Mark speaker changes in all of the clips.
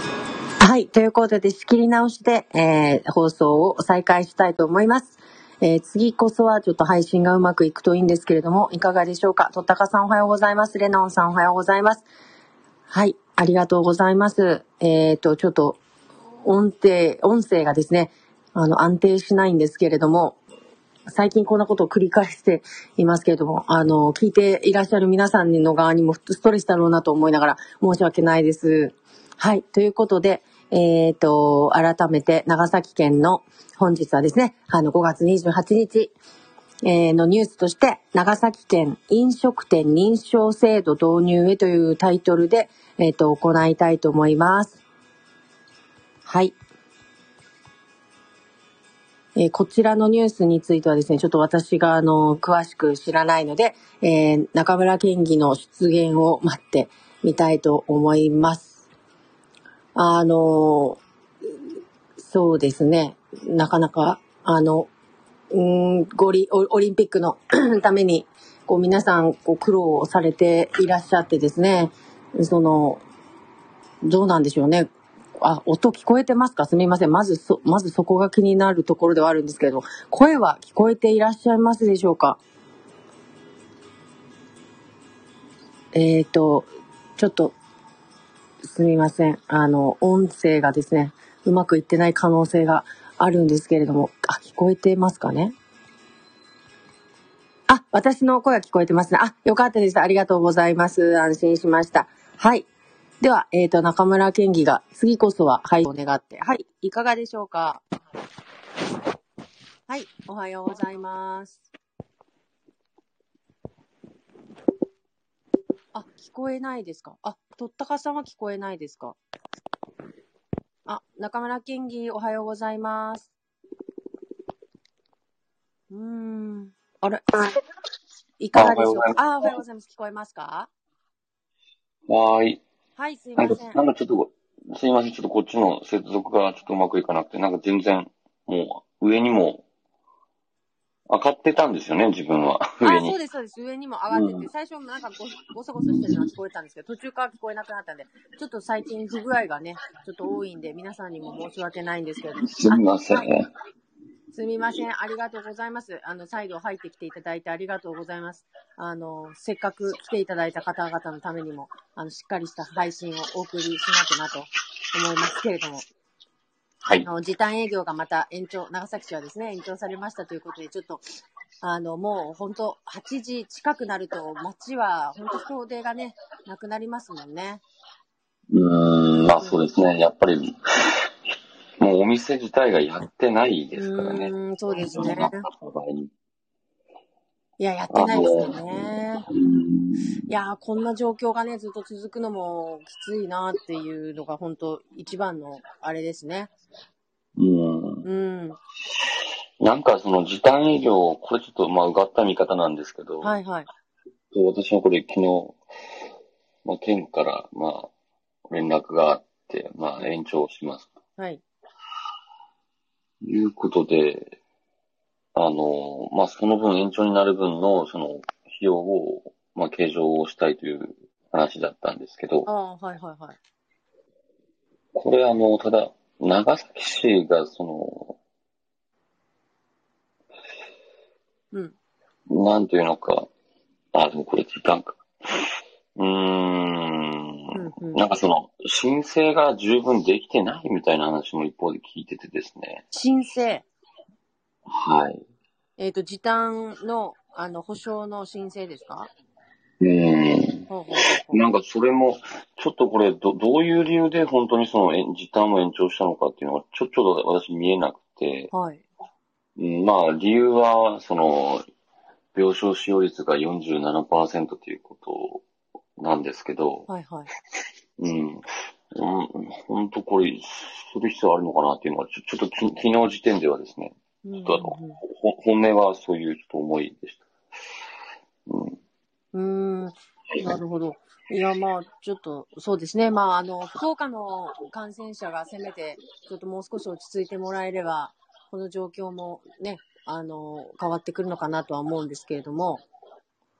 Speaker 1: はい。ということで、仕切り直しで、えー、放送を再開したいと思います。えー、次こそはちょっと配信がうまくいくといいんですけれども、いかがでしょうかとったかさんおはようございます。レノンさんおはようございます。はい。ありがとうございます。えっ、と、ちょっと、音程、音声がですね、あの、安定しないんですけれども、最近こんなことを繰り返していますけれども、あの、聞いていらっしゃる皆さんの側にもストレスだろうなと思いながら申し訳ないです。はい。ということで、えっ、と、改めて長崎県の本日はですね、あの、5月28日、えーのニュースとして、長崎県飲食店認証制度導入へというタイトルで、えっ、と、行いたいと思います。はい。えーこちらのニュースについてはですね、ちょっと私が、あの、詳しく知らないので、えー中村県議の出現を待ってみたいと思います。あの、そうですね、なかなか、あの、うーん、ゴリ、オオリンピックの ために、こう皆さん、こう苦労をされていらっしゃってですね、その、どうなんでしょうね。あ、音聞こえてますかすみません。まずそ、まずそこが気になるところではあるんですけれども、声は聞こえていらっしゃいますでしょうかえっ、ー、と、ちょっと、すみません。あの、音声がですね、うまくいってない可能性があるんですけれども、あ、聞こえてますかねあ、私の声が聞こえてますね。あ、よかったです。ありがとうございます。安心しました。はい。では、えっ、と、中村県議が、次こそは、はい、を願って。はい、いかがでしょうかはい、おはようございます。あ、聞こえないですかあ、とったかさんは聞こえないですかあ、中村県議、おはようございます。うーん。あれいかがでしょうかあ、おはようございます。聞こえますか
Speaker 2: わーい。
Speaker 1: はい、すい
Speaker 2: な
Speaker 1: ま
Speaker 2: んか
Speaker 1: せん、。
Speaker 2: なんかちょっとご、すいません、ちょっとこっちの接続がちょっとうまくいかなくて、なんか全然、もう、上にも、上がってたんですよね、自分は。上
Speaker 1: あ、そう
Speaker 2: に。
Speaker 1: です、そうです。上にも上がってて、
Speaker 2: うん
Speaker 1: 最初なんかごごそごそしてるのは聞こえたんですけど、途中から聞こえなくなったんで、ちょっと最近不具合がね、ちょっと多いんで、皆さんにも申し訳ないんですけど、
Speaker 2: すみません。
Speaker 1: あすみません。ありがとうございます。あの、再度入ってきていただいてありがとうございます。あの、せっかく来ていただいた方々のためにも、あの、しっかりした配信をお送りしなきゃなと思いますけれども、
Speaker 2: はい
Speaker 1: あ。の、時短営業がまた延長、長崎市はですね、延長されましたということで、ちょっと、あの、もう本当、8時近くなると、街は本当人出がね、なくなりますもんね。
Speaker 2: うーん、まあそうですね。やっぱり、もうお店自体がやってないですからね。
Speaker 1: うーん、そうですね。
Speaker 2: お互いに
Speaker 1: いや、やってないですよね。いやー、こんな状況がね、ずっと続くのもきついなっていうのが本当一番のあれですね。
Speaker 2: うん。
Speaker 1: うん。
Speaker 2: なんかその時短営業、これちょっとまあうがった見方なんですけど、
Speaker 1: はいはい。
Speaker 2: 私もこれ昨日、まあ、県から、まあ、連絡があって、まあ、延長します。
Speaker 1: はい。
Speaker 2: ということで、あの、まあ、その分延長になる分の、その、費用を、まあ、計上をしたいという話だったんですけど
Speaker 1: あ、あ、はいはいはい。
Speaker 2: これあの、ただ、長崎市が、そ
Speaker 1: うん。
Speaker 2: の、なんというのか、あ、でもこれ時間か。うーん
Speaker 1: う。んうん、
Speaker 2: なんかその、申請が十分できてないみたいな話も一方で聞いててですね。
Speaker 1: 申請。
Speaker 2: はい。
Speaker 1: えっ、と、時短の、あの、保証の申請ですか
Speaker 2: うん。
Speaker 1: ほうほうほう
Speaker 2: なんかそれも、ちょっとこれど、どういう理由で本当にそのえん時短を延長したのかっていうのがちょ、ちょっと私見えなくて、
Speaker 1: ほう。はい。
Speaker 2: うんまあ理由は、その、病床使用率が47%ということなんですけど、
Speaker 1: はいはい。
Speaker 2: うん。うん、本当これ、する必要あるのかなっていうのは、ちょちょっとき昨日時点ではですね、
Speaker 1: うんうん
Speaker 2: ほ本音はそういうちょっと思いでした。うん。
Speaker 1: うん、うーんなるほど。いや、まあ、ちょっと、そうですね。まあ、あの、福岡の感染者がせめて、ちょっともう少し落ち着いてもらえれば、この状況もね、あの、変わってくるのかなとは思うんですけれども、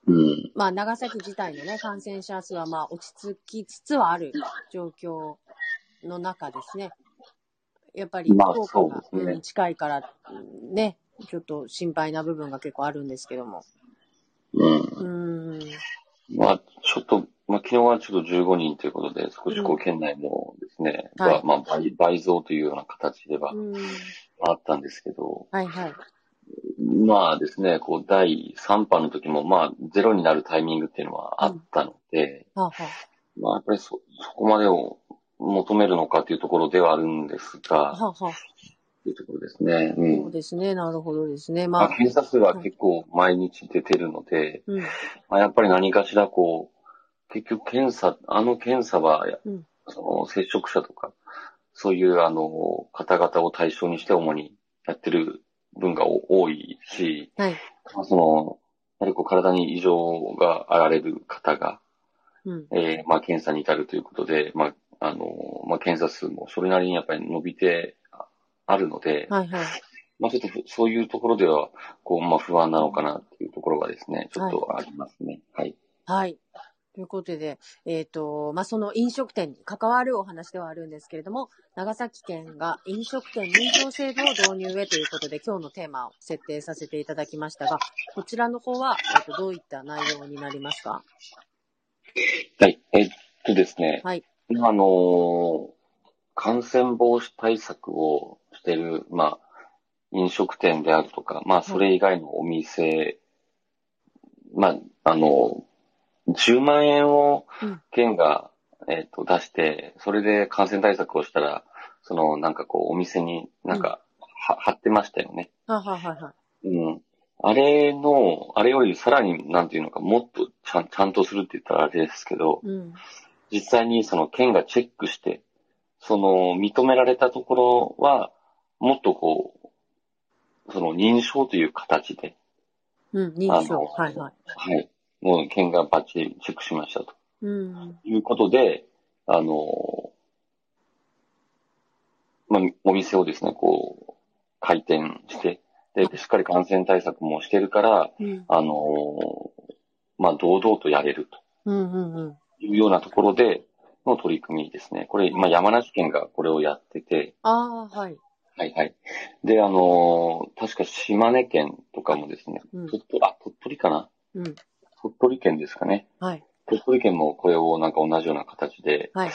Speaker 2: うん。
Speaker 1: まあ、長崎自体のね、感染者数は、まあ、落ち着きつつはある状況の中ですね。やっぱり、
Speaker 2: まあ
Speaker 1: 福岡が
Speaker 2: そうですね
Speaker 1: ん近いから、ね、ちょっと心配な部分が結構あるんですけども。
Speaker 2: うん。
Speaker 1: うん。
Speaker 2: まあ、ちょっと、まあ、昨日はちょっと15人ということで、少しこう、県内もですね、
Speaker 1: はい
Speaker 2: がまあ倍、倍増というような形では
Speaker 1: うん。
Speaker 2: あったんですけど、
Speaker 1: はいはい。
Speaker 2: まあですね、こう、第3波の時も、まあ、ゼロになるタイミングっていうのはあったので、
Speaker 1: はあ、はあ、
Speaker 2: まあ、やっぱりそ、そこまでを求めるのかというところではあるんですが、
Speaker 1: はあ、はあ。
Speaker 2: というところですね。う。
Speaker 1: そうんですね。なるほどですね。
Speaker 2: ま
Speaker 1: ま
Speaker 2: あ、
Speaker 1: あ、
Speaker 2: 検査数は結構毎日出てるので、
Speaker 1: うん。
Speaker 2: まあ、やっぱり何かしらこう、結局検査、あの検査は、
Speaker 1: うん
Speaker 2: その接触者とか、そういうあの、方々を対象にして主にやってる分がお多いし、
Speaker 1: はい。
Speaker 2: まあその、やはりこう体に異常があられる方が、
Speaker 1: うん。
Speaker 2: えーまあ検査に至るということで、まあ、あの、まあ検査数もそれなりにやっぱり伸びてああるので、
Speaker 1: はいはい。
Speaker 2: まあちょっとふそういうところでは、こう、まあ不安なのかなっていうところがですね、ちょっとありますね。はい。
Speaker 1: はい。ということで、えっ、と、まあ、その飲食店に関わるお話ではあるんですけれども、長崎県が飲食店認証制度を導入へということで、今日のテーマを設定させていただきましたが、こちらの方は、えっ、と、どういった内容になりますか
Speaker 2: はい。えっとですね、
Speaker 1: はい。
Speaker 2: あのー感染防止対策をしてる、まあ、飲食店であるとか、まあ、それ以外のお店、まあ、あのー10万円を
Speaker 1: うん
Speaker 2: 県が、えっと、出して、それで感染対策をしたら、その、なんかこう、お店になんか、は、貼ってましたよね。
Speaker 1: はいはいはいはい。
Speaker 2: うん。あれの、あれよりさらに、なんていうのか、もっとちゃん、ちゃんとするって言ったらあれですけど、
Speaker 1: うん。
Speaker 2: 実際にその県がチェックして、その認められたところは、もっとこう、その認証という形で、
Speaker 1: うん。認証。はいはい。
Speaker 2: はい。もう県がバッチリチェックしましたと
Speaker 1: うん。
Speaker 2: いうことで、あの、まあ、お店をですね、こう、開店して、で、しっかり感染対策もしてるから、
Speaker 1: うん。
Speaker 2: あの、まあ、堂々とやれると。
Speaker 1: うんうんうん。
Speaker 2: いうようなところでの取り組みですね。これ、まあ、山梨県がこれをやってて、
Speaker 1: ああ、はい。
Speaker 2: はいはい。で、あのー確か島根県とかもですね、
Speaker 1: うん。
Speaker 2: 鳥取、あ、鳥取かな
Speaker 1: うん。
Speaker 2: 鳥取県ですかね。
Speaker 1: はい。
Speaker 2: 鳥取県もこれをなんか同じような形で
Speaker 1: はい。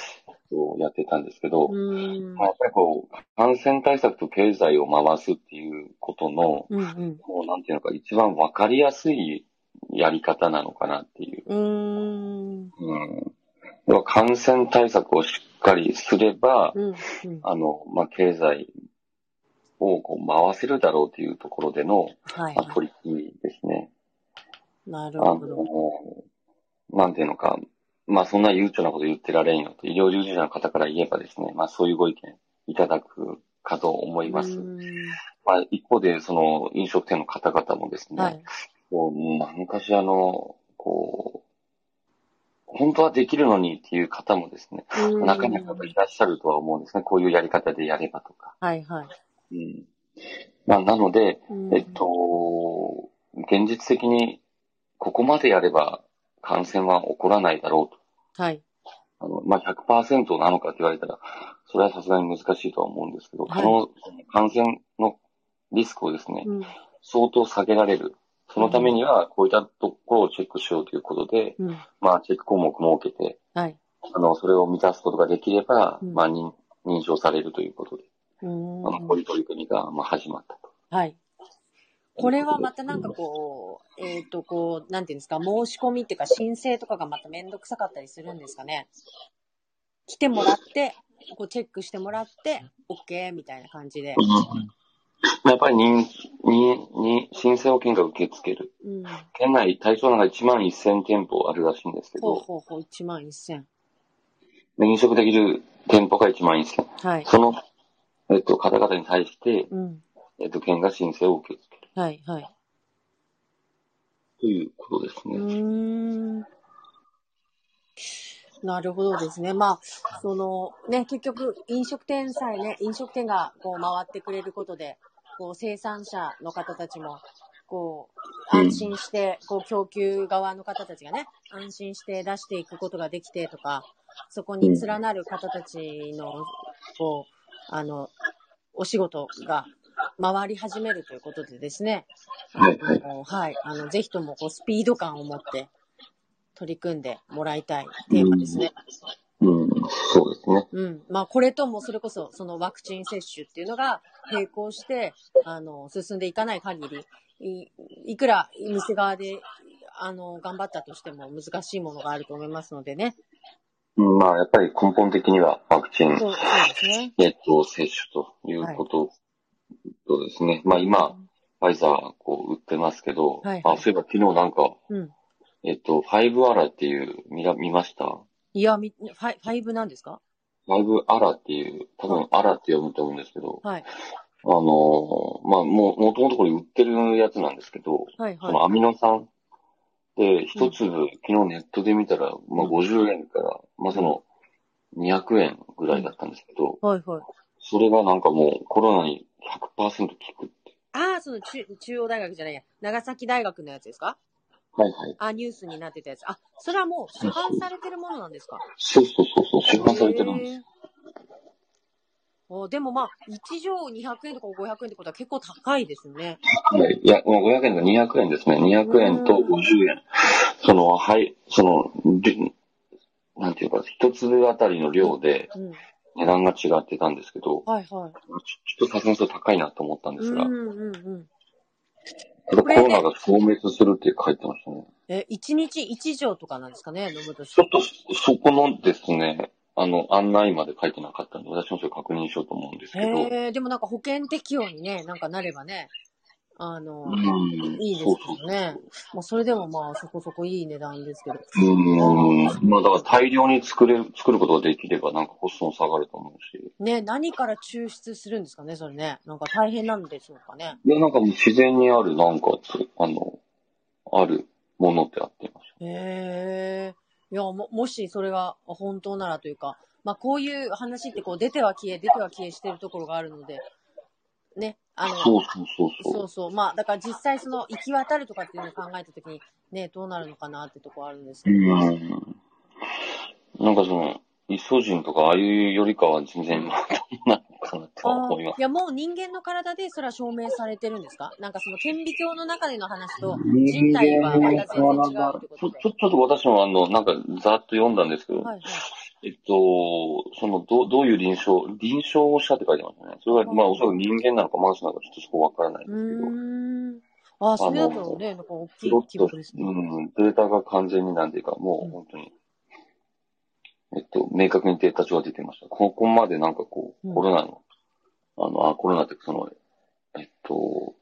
Speaker 2: こうやってたんですけど、
Speaker 1: うん。
Speaker 2: まあ、やっぱりこう、感染対策と経済を回すっていうことの、
Speaker 1: うんうん。
Speaker 2: こう、なんていうのか、一番わかりやすいやり方なのかなっていう。
Speaker 1: うん。
Speaker 2: うん。要は感染対策をしっかりすれば、
Speaker 1: うん。うん。
Speaker 2: あの、まあ、経済をこう回せるだろうというところでの、
Speaker 1: はい
Speaker 2: まあ、
Speaker 1: は
Speaker 2: 取り組みですね。
Speaker 1: い。なる
Speaker 2: あの
Speaker 1: ほど。、
Speaker 2: なんていうのか、まあ、そんな悠長なこと言ってられんよと、医療従事者の方から言えばですね、まあ、そういうご意見いただくかと思います。
Speaker 1: うん
Speaker 2: まあ、一方で、その、飲食店の方々もですね、
Speaker 1: はい。
Speaker 2: こう、何かしらの、こう、本当はできるのにっていう方もですね、なかなかやっぱいらっしゃるとは思うんですね。こういうやり方でやればとか。
Speaker 1: はいはい。
Speaker 2: うんまあ、なので、
Speaker 1: うん
Speaker 2: えっと、現実的にここまでやれば感染は起こらないだろうと。
Speaker 1: はい。
Speaker 2: あのまあ、100%なのかって言われたら、それはさすがに難しいとは思うんですけど、
Speaker 1: はい
Speaker 2: 可能感染のリスクをですね、
Speaker 1: うん。
Speaker 2: 相当下げられる。そのためには、こういったところをチェックしようということで、
Speaker 1: うん。
Speaker 2: まあ、チェック項目を設けて、
Speaker 1: はい。
Speaker 2: あの、それを満たすことができれば、
Speaker 1: うん
Speaker 2: まあ、認認証されるということで、
Speaker 1: う
Speaker 2: あの、こうい
Speaker 1: ん。
Speaker 2: う取り組みが、まあ、始まったと。
Speaker 1: はい。これはまたなんかこう、えっ、と、こう、なんていうんですか、申し込みっていうか申請とかがまためんどくさかったりするんですかね。来てもらって、こうチェックしてもらって、OK みたいな感じで。
Speaker 2: やっぱり認認認申請を県が受け付ける。
Speaker 1: うん。
Speaker 2: 県内対象なんか1万1000店舗あるらしいんですけ
Speaker 1: ほう
Speaker 2: ど、
Speaker 1: ほうほう、1万1000。
Speaker 2: 飲食できる店舗が1万1000。
Speaker 1: はい。
Speaker 2: その、えっと、方々に対して、
Speaker 1: うん。
Speaker 2: えっと、県が申請を受け付ける
Speaker 1: はいはい。
Speaker 2: ということです
Speaker 1: う
Speaker 2: ね。
Speaker 1: ーんなるほどですね。まあ、その、ね、結局、飲食店さえね、飲食店がこう回ってくれることで、こう生産者の方たちも、こう、
Speaker 2: うん
Speaker 1: 安心して、こう供給側の方たちがね、安心して出していくことができてとか、そこに連なる方たちの、こう、あの、お仕事が回り始めるということでですね、
Speaker 2: はい、はい。
Speaker 1: もうはい、あの、ぜひともこうスピード感を持って取り組んでもらいたいテーマですね。
Speaker 2: うん、そうですね。
Speaker 1: うん。まあ、これともそれこそ、そのワクチン接種っていうのが並行して、あの、進んでいかない限り、いいくら店側で、あの、頑張ったとしても難しいものがあると思いますのでね。
Speaker 2: うんまあ、やっぱり根本的にはワクチン、
Speaker 1: そう、そうですね。
Speaker 2: えっと、接種ということとですね。まあ、今、ファイザー、こう、売ってますけど、
Speaker 1: はい
Speaker 2: あ、そういえば昨日なんか、
Speaker 1: うん。
Speaker 2: えっと、ファイブアラっていう、見ら、見ましたフ
Speaker 1: いや、み、ファイファイブなんですか
Speaker 2: ァイブアラっていう、多分アラって読むと思うんですけど、
Speaker 1: はい。
Speaker 2: あのーまあ、もう、もともとこれ売ってるやつなんですけど、
Speaker 1: はい、
Speaker 2: そ
Speaker 1: は
Speaker 2: のアミノ酸で、一粒、昨日ネットで見たら、まあ、50円から、まあ、その、200円ぐらいだったんですけど、
Speaker 1: い。はい、はい。
Speaker 2: それがなんかもうコロナに100%効くって。
Speaker 1: ああ、その中、中央大学じゃないや。長崎大学のやつですか
Speaker 2: はいはい。
Speaker 1: あ、ニュースになってたやつ。あ、それはもう市販されてるものなんですか
Speaker 2: そうそうそうそう、出版されてるんです。
Speaker 1: へーおでもまあ、1錠200円とか500円ってことは結構高いですね。
Speaker 2: はい。いや、もう500円が200円ですね。200円と50円。その、はい、その、りなんていうか、一粒あたりの量で
Speaker 1: うん。
Speaker 2: 値段が違ってたんですけど、
Speaker 1: はいはい。
Speaker 2: ちょちょっとさすがにそれ高いなと思ったんで
Speaker 1: う
Speaker 2: す
Speaker 1: ん
Speaker 2: が、
Speaker 1: うんうん。
Speaker 2: ただコロナが消滅するって書いてましたね。
Speaker 1: え、1日1錠とかなんですかね、飲むとし
Speaker 2: ち
Speaker 1: て
Speaker 2: ょっとそこのですね、あの、案内まで書いてなかったんで、私もそれ確認しようと思うんですけど、
Speaker 1: へえ、でもなんか保険適用にね、なんかなればね、あの、
Speaker 2: うん
Speaker 1: いいです
Speaker 2: そう
Speaker 1: け
Speaker 2: そう
Speaker 1: どね。まあ、それでもまあ、そこそこいい値段ですけど。
Speaker 2: うーん。まあだから大量に作れる、作ることができればなんかコストも下がると思うし。
Speaker 1: ね、何から抽出するんですかね、それね。なんか大変なんでしょうかね。
Speaker 2: いや、なんかもう自然にある、なんかつ、あの、あるものってあってまし
Speaker 1: へえ。いや、も、もしそれが本当ならというか、まあこういう話ってこう出ては消え、出ては消えしてるところがあるので、ね、あ
Speaker 2: た。
Speaker 1: の、
Speaker 2: そうそうそう
Speaker 1: そ
Speaker 2: そう
Speaker 1: そう、まあだから実際その行き渡るとかっていうのを考えたときに、ね、どうなるのかなってとこあるんです
Speaker 2: う。
Speaker 1: け
Speaker 2: う
Speaker 1: ど。
Speaker 2: ーん。なんかその、イソジンとかああいうよりかは全然まともなのかなとは
Speaker 1: ああ
Speaker 2: 思いま
Speaker 1: いや、もう人間の体でそれは証明されてるんですかなんかその顕微鏡の中での話と
Speaker 2: す。
Speaker 1: 人体はまた全然違うってこ
Speaker 2: ち
Speaker 1: と
Speaker 2: ょ、
Speaker 1: で。
Speaker 2: ちょ、ちょっと私もあの、なんかざっと読んだんですけど、
Speaker 1: はいはい。
Speaker 2: えっと、その、どう、どういう臨床、臨床をしたって書いてましたね。それは、まあ、おそらく人間なのかマウスなのか、ちょっとそこわからないん
Speaker 1: う
Speaker 2: ですけ
Speaker 1: ー
Speaker 2: ど、
Speaker 1: ん。ああ、それだとね、なんか大きい
Speaker 2: ちょっ
Speaker 1: 規模
Speaker 2: と、
Speaker 1: ですね。
Speaker 2: うん、データが完全になんていうか、もう本当に、えっと、明確にデータ上が出てました。ここまでなんかこ
Speaker 1: う
Speaker 2: う、
Speaker 1: ん
Speaker 2: コロナの、あの、あ、コロナってその、えっと、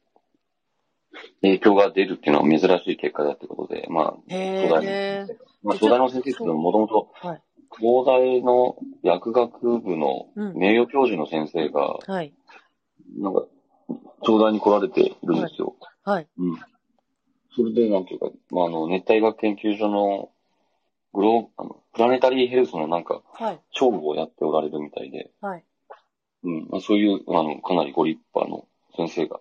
Speaker 2: 影響が出るっていうのは珍しい結果だってことで、まあ、
Speaker 1: へ
Speaker 2: 東大
Speaker 1: え
Speaker 2: の、。まあ、東大の先生っていうのはもともと、
Speaker 1: はい。
Speaker 2: 東大の薬学部の
Speaker 1: うん
Speaker 2: 名誉教授の先生が、
Speaker 1: はい。
Speaker 2: なんか、東大に来られているんですよ。
Speaker 1: はい。
Speaker 2: うん。それで、なんていうか、まあ、あの、熱帯学研究所の、グロー、あの、プラネタリーヘルスのなんか、
Speaker 1: はい。
Speaker 2: 長務をやっておられるみたいで、
Speaker 1: はい。
Speaker 2: うん。まあ、そういう、あの、かなりご立派の先生が、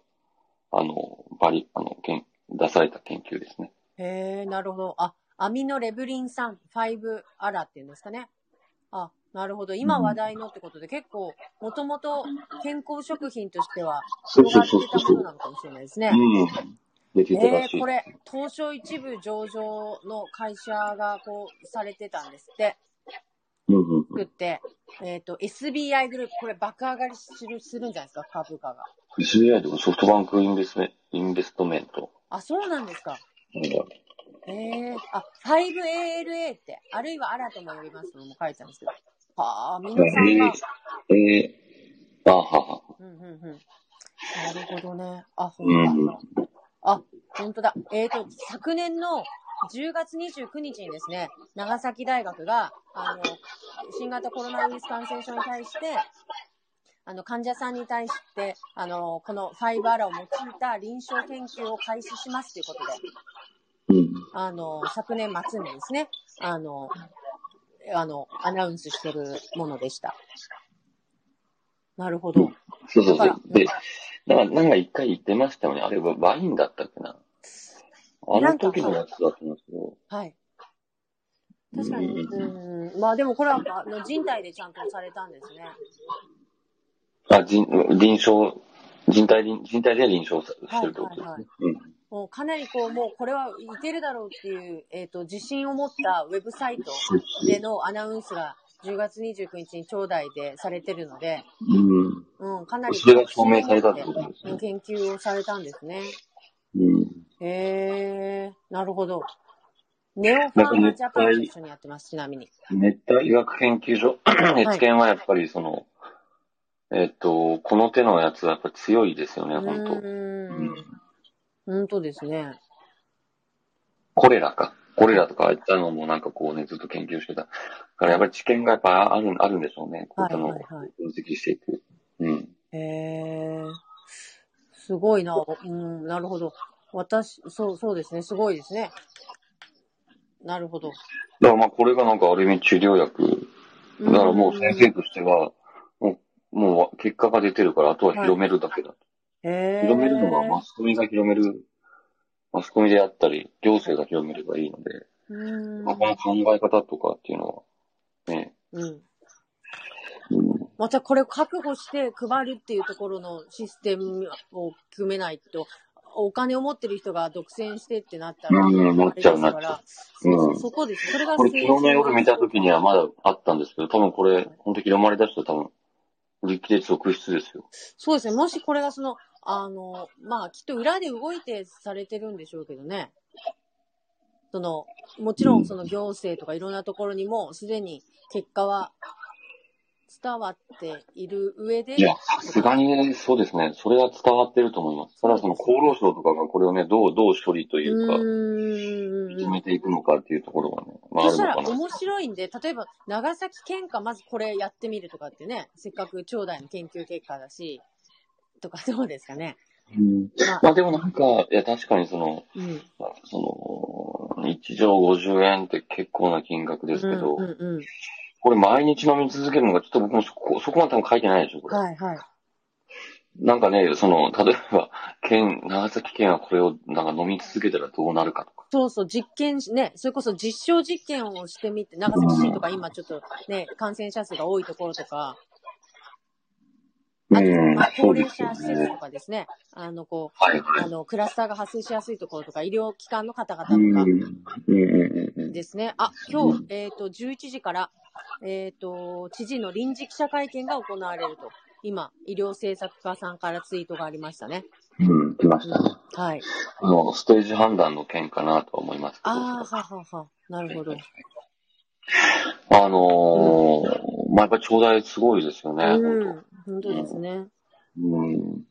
Speaker 2: あの、バリ、あの、けん出された研究ですね。
Speaker 1: へえ、なるほど。あ、アミノレブリン酸5アラっていうんですかね。あ、なるほど。今話題のってことで、結構、もともと健康食品としては
Speaker 2: そう
Speaker 1: 広
Speaker 2: そ
Speaker 1: が
Speaker 2: う
Speaker 1: ってた
Speaker 2: そうそ
Speaker 1: もの
Speaker 2: う。
Speaker 1: なのかもしれないですね。
Speaker 2: うん。出てたら
Speaker 1: え
Speaker 2: し
Speaker 1: ー、
Speaker 2: い
Speaker 1: こ。れ、東証一部上場の会社がこう、されてたんですって。
Speaker 2: うんうんう
Speaker 1: 作っ
Speaker 2: ん。
Speaker 1: て、えっ、と、SBI グループ、これ爆上がりするするんじゃないですか、株価が。
Speaker 2: SBI とかソフトバンクインベスメ、インベストメント。
Speaker 1: あ、そうなんですか。
Speaker 2: なんか
Speaker 1: ええあ、5ALA って、あるいはアラとも呼びますとも書いてあるんですけど。はあ、皆さんが。
Speaker 2: えー、えー、あはは。
Speaker 1: うんうんうん。なるほどね。あ、ほ
Speaker 2: うん
Speaker 1: とだ。
Speaker 2: ん。
Speaker 1: あ、本当だ。えっ、と、昨年の10月29日にですね、長崎大学が、あの、新型コロナウイルス感染症に対して、あの、患者さんに対して、あの、このファイバーラを用いた臨床研究を開始しますということで、
Speaker 2: うん。
Speaker 1: あの、昨年末にですね、あの、あの、アナウンスしてるものでした。なるほど。
Speaker 2: そうそう
Speaker 1: だか
Speaker 2: そ
Speaker 1: ら
Speaker 2: う。で、だからなんか一回言ってましたよね。あれはワインだったっけな。あ
Speaker 1: な
Speaker 2: の
Speaker 1: んか
Speaker 2: 時のやつだったんですよ。
Speaker 1: はい。
Speaker 2: うん
Speaker 1: 確かに。
Speaker 2: うんうん
Speaker 1: うん。まあでもこれは、あの、人体でちゃんとされたんですね。
Speaker 2: あ、人、臨床、人体臨、人体で臨床する
Speaker 1: はい
Speaker 2: ってことですね。
Speaker 1: はいはい
Speaker 2: うん。
Speaker 1: もうかなりこう、もうこれはいけるだろうっていう、えっ、と、自信を持ったウェブサイトでのアナウンスが10月29日に長大でされてるので、
Speaker 2: うん。
Speaker 1: うん、かなり
Speaker 2: それが証明されたってことですね
Speaker 1: うん研究をされたんですね。
Speaker 2: うん。
Speaker 1: へえ、なるほど。ネオファーマジャパンと一緒にやってます、ちなみに。
Speaker 2: 熱帯医学研究所、熱研はやっぱりその、えっと、この手のやつはやっぱ強いですよね、
Speaker 1: う
Speaker 2: 本当
Speaker 1: ーん
Speaker 2: うん。
Speaker 1: 本当ですね。
Speaker 2: コレラか。コレラとかああいったのもなんかこうね、ずっと研究してた。だからやっぱり知見がやっぱある、あるんでしょうね。こ
Speaker 1: は
Speaker 2: ういっ
Speaker 1: い
Speaker 2: たのを
Speaker 1: はいはい。
Speaker 2: 分析していく。うん。
Speaker 1: へえ、すごいな。うん、なるほど。私、そう、そうですね。すごいですね。なるほど。
Speaker 2: だからまあこれがなんかある意味治療薬。だからもう先生としては、もう、もう結果が出てるから、あとは広めるだけだ。
Speaker 1: うん、へえ。
Speaker 2: 広めるのはマスコミが広める、マスコミであったり、行政が広めればいいので、
Speaker 1: うん
Speaker 2: まあこの考え方とかっていうのは、ね、
Speaker 1: うん。
Speaker 2: うん
Speaker 1: またこれを確保して配るっていうところのシステムを組めないと、お金を持ってる人が独占してってなったら、
Speaker 2: うんなっちゃう
Speaker 1: あれですから
Speaker 2: な
Speaker 1: そうそう
Speaker 2: うん
Speaker 1: そこです。それが
Speaker 2: これ昨日の夜見た時にはまだあったんですけど、多分これ、本当に広まり出したら多分、立系続出ですよ。
Speaker 1: そうですね。もしこれがその、あの、まあ、きっと裏で動いてされてるんでしょうけどね。その、もちろんその行政とかいろんなところにもすでに結果は伝わっている上で、
Speaker 2: いや、さすがにね、そうですね。それは伝わってると思います。ただその厚労省とかがこれをね、どう、どう処理と
Speaker 1: う
Speaker 2: いうか、
Speaker 1: ー
Speaker 2: 決
Speaker 1: ん
Speaker 2: め。ていくのかっていうところがね、ま
Speaker 1: そ
Speaker 2: あある
Speaker 1: した
Speaker 2: の
Speaker 1: ら
Speaker 2: かな。
Speaker 1: 面白いんで、例えば長崎県下まずこれやってみるとかってね、せっかく長大の研究結果だし、とか どうですかね。
Speaker 2: うん
Speaker 1: まあ、
Speaker 2: まあでもなんか、いや確かにその、
Speaker 1: うん。
Speaker 2: その、1錠50円って結構な金額ですけ
Speaker 1: う
Speaker 2: ど、
Speaker 1: んうんうん。
Speaker 2: これ毎日飲み続けるのがちょっと僕もそこ、そこまで多分書いてないでしょ、これ。
Speaker 1: はいはい。
Speaker 2: なんかね、その、例えば、県、長崎県はこれをなんか飲み続けたらどうなるかとか。
Speaker 1: そうそう、実験し、ね、それこそ実証実験をしてみて、長崎市とか今ちょっとね、感染者数が多いところとか、あと、まあ、高齢者施設と。かですね、あの、こ
Speaker 2: はい、
Speaker 1: う、
Speaker 2: は
Speaker 1: あ
Speaker 2: い。
Speaker 1: の、クラスターが発生しやすいところとか、医療機関の方々
Speaker 2: う
Speaker 1: と
Speaker 2: ん。
Speaker 1: か
Speaker 2: うん、うん、うん。
Speaker 1: ですね。あ、今
Speaker 2: う
Speaker 1: 日、えっ、と、11時から、えっ、と、知事の臨時記者会見が行われると、今、医療政策課さんからツイートがありましたね。
Speaker 2: うん、来ま
Speaker 1: う
Speaker 2: し
Speaker 1: ん
Speaker 2: たね。
Speaker 1: はい。
Speaker 2: あの、ステージ判断の件かなとは思いますけど。
Speaker 1: ああ、ははは。なるほど。
Speaker 2: あのー、まあ、やっぱり頂戴すごいですよね、
Speaker 1: う
Speaker 2: 本
Speaker 1: ん、本当ですね。
Speaker 2: 当うん。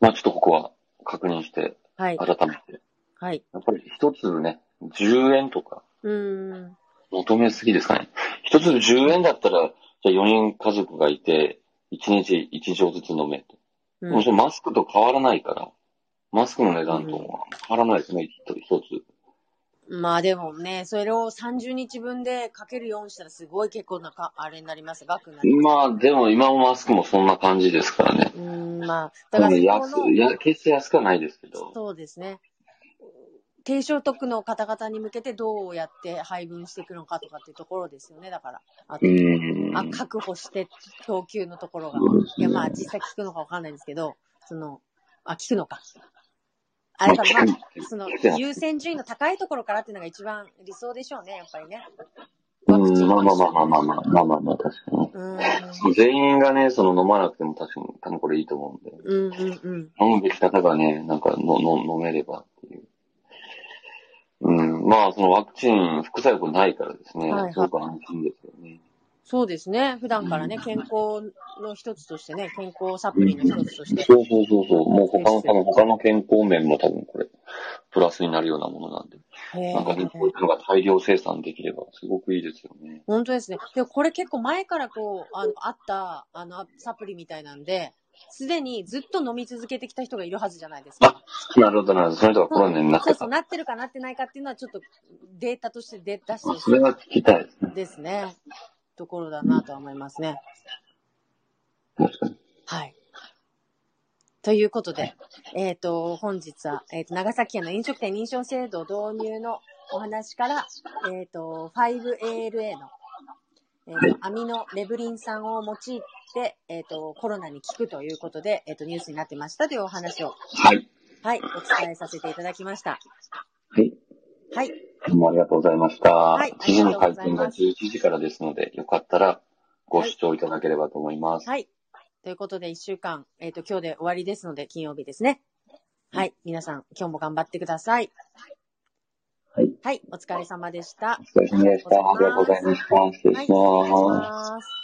Speaker 2: まあ、ちょっとここは確認して、
Speaker 1: はい。
Speaker 2: 改めて。
Speaker 1: はい。
Speaker 2: やっぱり一粒ね、10円とか、
Speaker 1: うーん。
Speaker 2: 求めすぎですかね。一粒10円だったら、じゃあ4人家族がいて、1日1錠ずつ飲めと。
Speaker 1: う
Speaker 2: で
Speaker 1: ん
Speaker 2: もそれマスクと変わらないから、マスクの値段とは変わらないですね、一つ一つ。
Speaker 1: まあでもね、それを30日分でかける4したらすごい結構なか、あれになります、額になりま
Speaker 2: まあ、でも今もマスクもそんな感じですからね。
Speaker 1: す。うーん、まあ、だ
Speaker 2: な
Speaker 1: か
Speaker 2: ので
Speaker 1: ら
Speaker 2: 安
Speaker 1: そこ
Speaker 2: い
Speaker 1: の、
Speaker 2: や、決して安くはないですけど。
Speaker 1: そうですね。低所得の方々に向けてどうやって配分していくのかとかっていうところですよね、だから。あ
Speaker 2: う
Speaker 1: と、
Speaker 2: ー
Speaker 1: あ
Speaker 2: ん。
Speaker 1: 確保して供給のところが。
Speaker 2: そうです
Speaker 1: いや、
Speaker 2: ね
Speaker 1: まあ実際聞くのかわかんないんですけど、その、あ、聞くのか。あ、
Speaker 2: ま
Speaker 1: だ
Speaker 2: あ、
Speaker 1: から
Speaker 2: 聞
Speaker 1: まあ
Speaker 2: く、
Speaker 1: その
Speaker 2: 聞くや、
Speaker 1: 優先順位の高いところからっていうのが一番理想でしょうね、やっぱりね。
Speaker 2: う
Speaker 1: ワクチ
Speaker 2: ん、
Speaker 1: ン
Speaker 2: ま
Speaker 1: も
Speaker 2: あまあ
Speaker 1: 一
Speaker 2: ま
Speaker 1: 緒
Speaker 2: あまあ
Speaker 1: に
Speaker 2: ま
Speaker 1: ね
Speaker 2: あまあ、まあまあまあ、確かに。
Speaker 1: うん
Speaker 2: そう全員がね、その飲まなくても確かに、多分これいいと思うんで。
Speaker 1: うんうんうん。
Speaker 2: 飲むべき方がね、なんかの、の、飲めればっていう。うん。まあ、そのワクチン副作用がないからですね。
Speaker 1: はいはい
Speaker 2: すごく安心ですよね。
Speaker 1: そうですね。普段からね、健康の一つとしてね、健康サプリの一つとして。
Speaker 2: そうそうそうそう。もう他の、多分他の健康面も多分これ、プラスになるようなものなんで。
Speaker 1: へ
Speaker 2: なんか
Speaker 1: え
Speaker 2: ね、こういうのが大量生産できれば、すごくいいですよね。
Speaker 1: 本当ですね。でもこれ結構前からこう、あの、あった、あの、サプリみたいなんで、すでにずっと飲み続けてきた人がいるはずじゃないですか。
Speaker 2: なるほどなるほど。その人がコロナになっ
Speaker 1: そう
Speaker 2: て
Speaker 1: そ
Speaker 2: た
Speaker 1: う、。なってるかなってないかっていうのはちょっとデータとして出出して
Speaker 2: あ
Speaker 1: ほし
Speaker 2: それは聞きたいですね
Speaker 1: い。ですね。ところだなとは思いますね。
Speaker 2: 確かに。
Speaker 1: はい。ということで、えっ、と、本日は、えっ、と、長崎県の飲食店認証制度導入のお話から、えっ、と、5ALA の、えーと、網のレブリン酸を用いて、えっ、と、コロナに効くということで、えっ、と、ニュースになってましたというお話を、
Speaker 2: はい。
Speaker 1: はい、お伝えさせていただきました。
Speaker 2: はい。
Speaker 1: はい、
Speaker 2: どうもありがとうございました。
Speaker 1: いあり
Speaker 2: 次
Speaker 1: が
Speaker 2: の
Speaker 1: とうご
Speaker 2: 会
Speaker 1: ざい
Speaker 2: 見
Speaker 1: ま
Speaker 2: が
Speaker 1: す
Speaker 2: 11時からですので、よかったらご視聴いただければと思います。
Speaker 1: はい。ということで、一週間、えっ、と、今日で終わりですので、金曜日ですね。はい、皆さん、今日も頑張ってください。
Speaker 2: はい。
Speaker 1: はい、お疲れ様でした。
Speaker 2: お疲れ様でした。ありがとうございました。失礼します。
Speaker 1: はい、失礼します。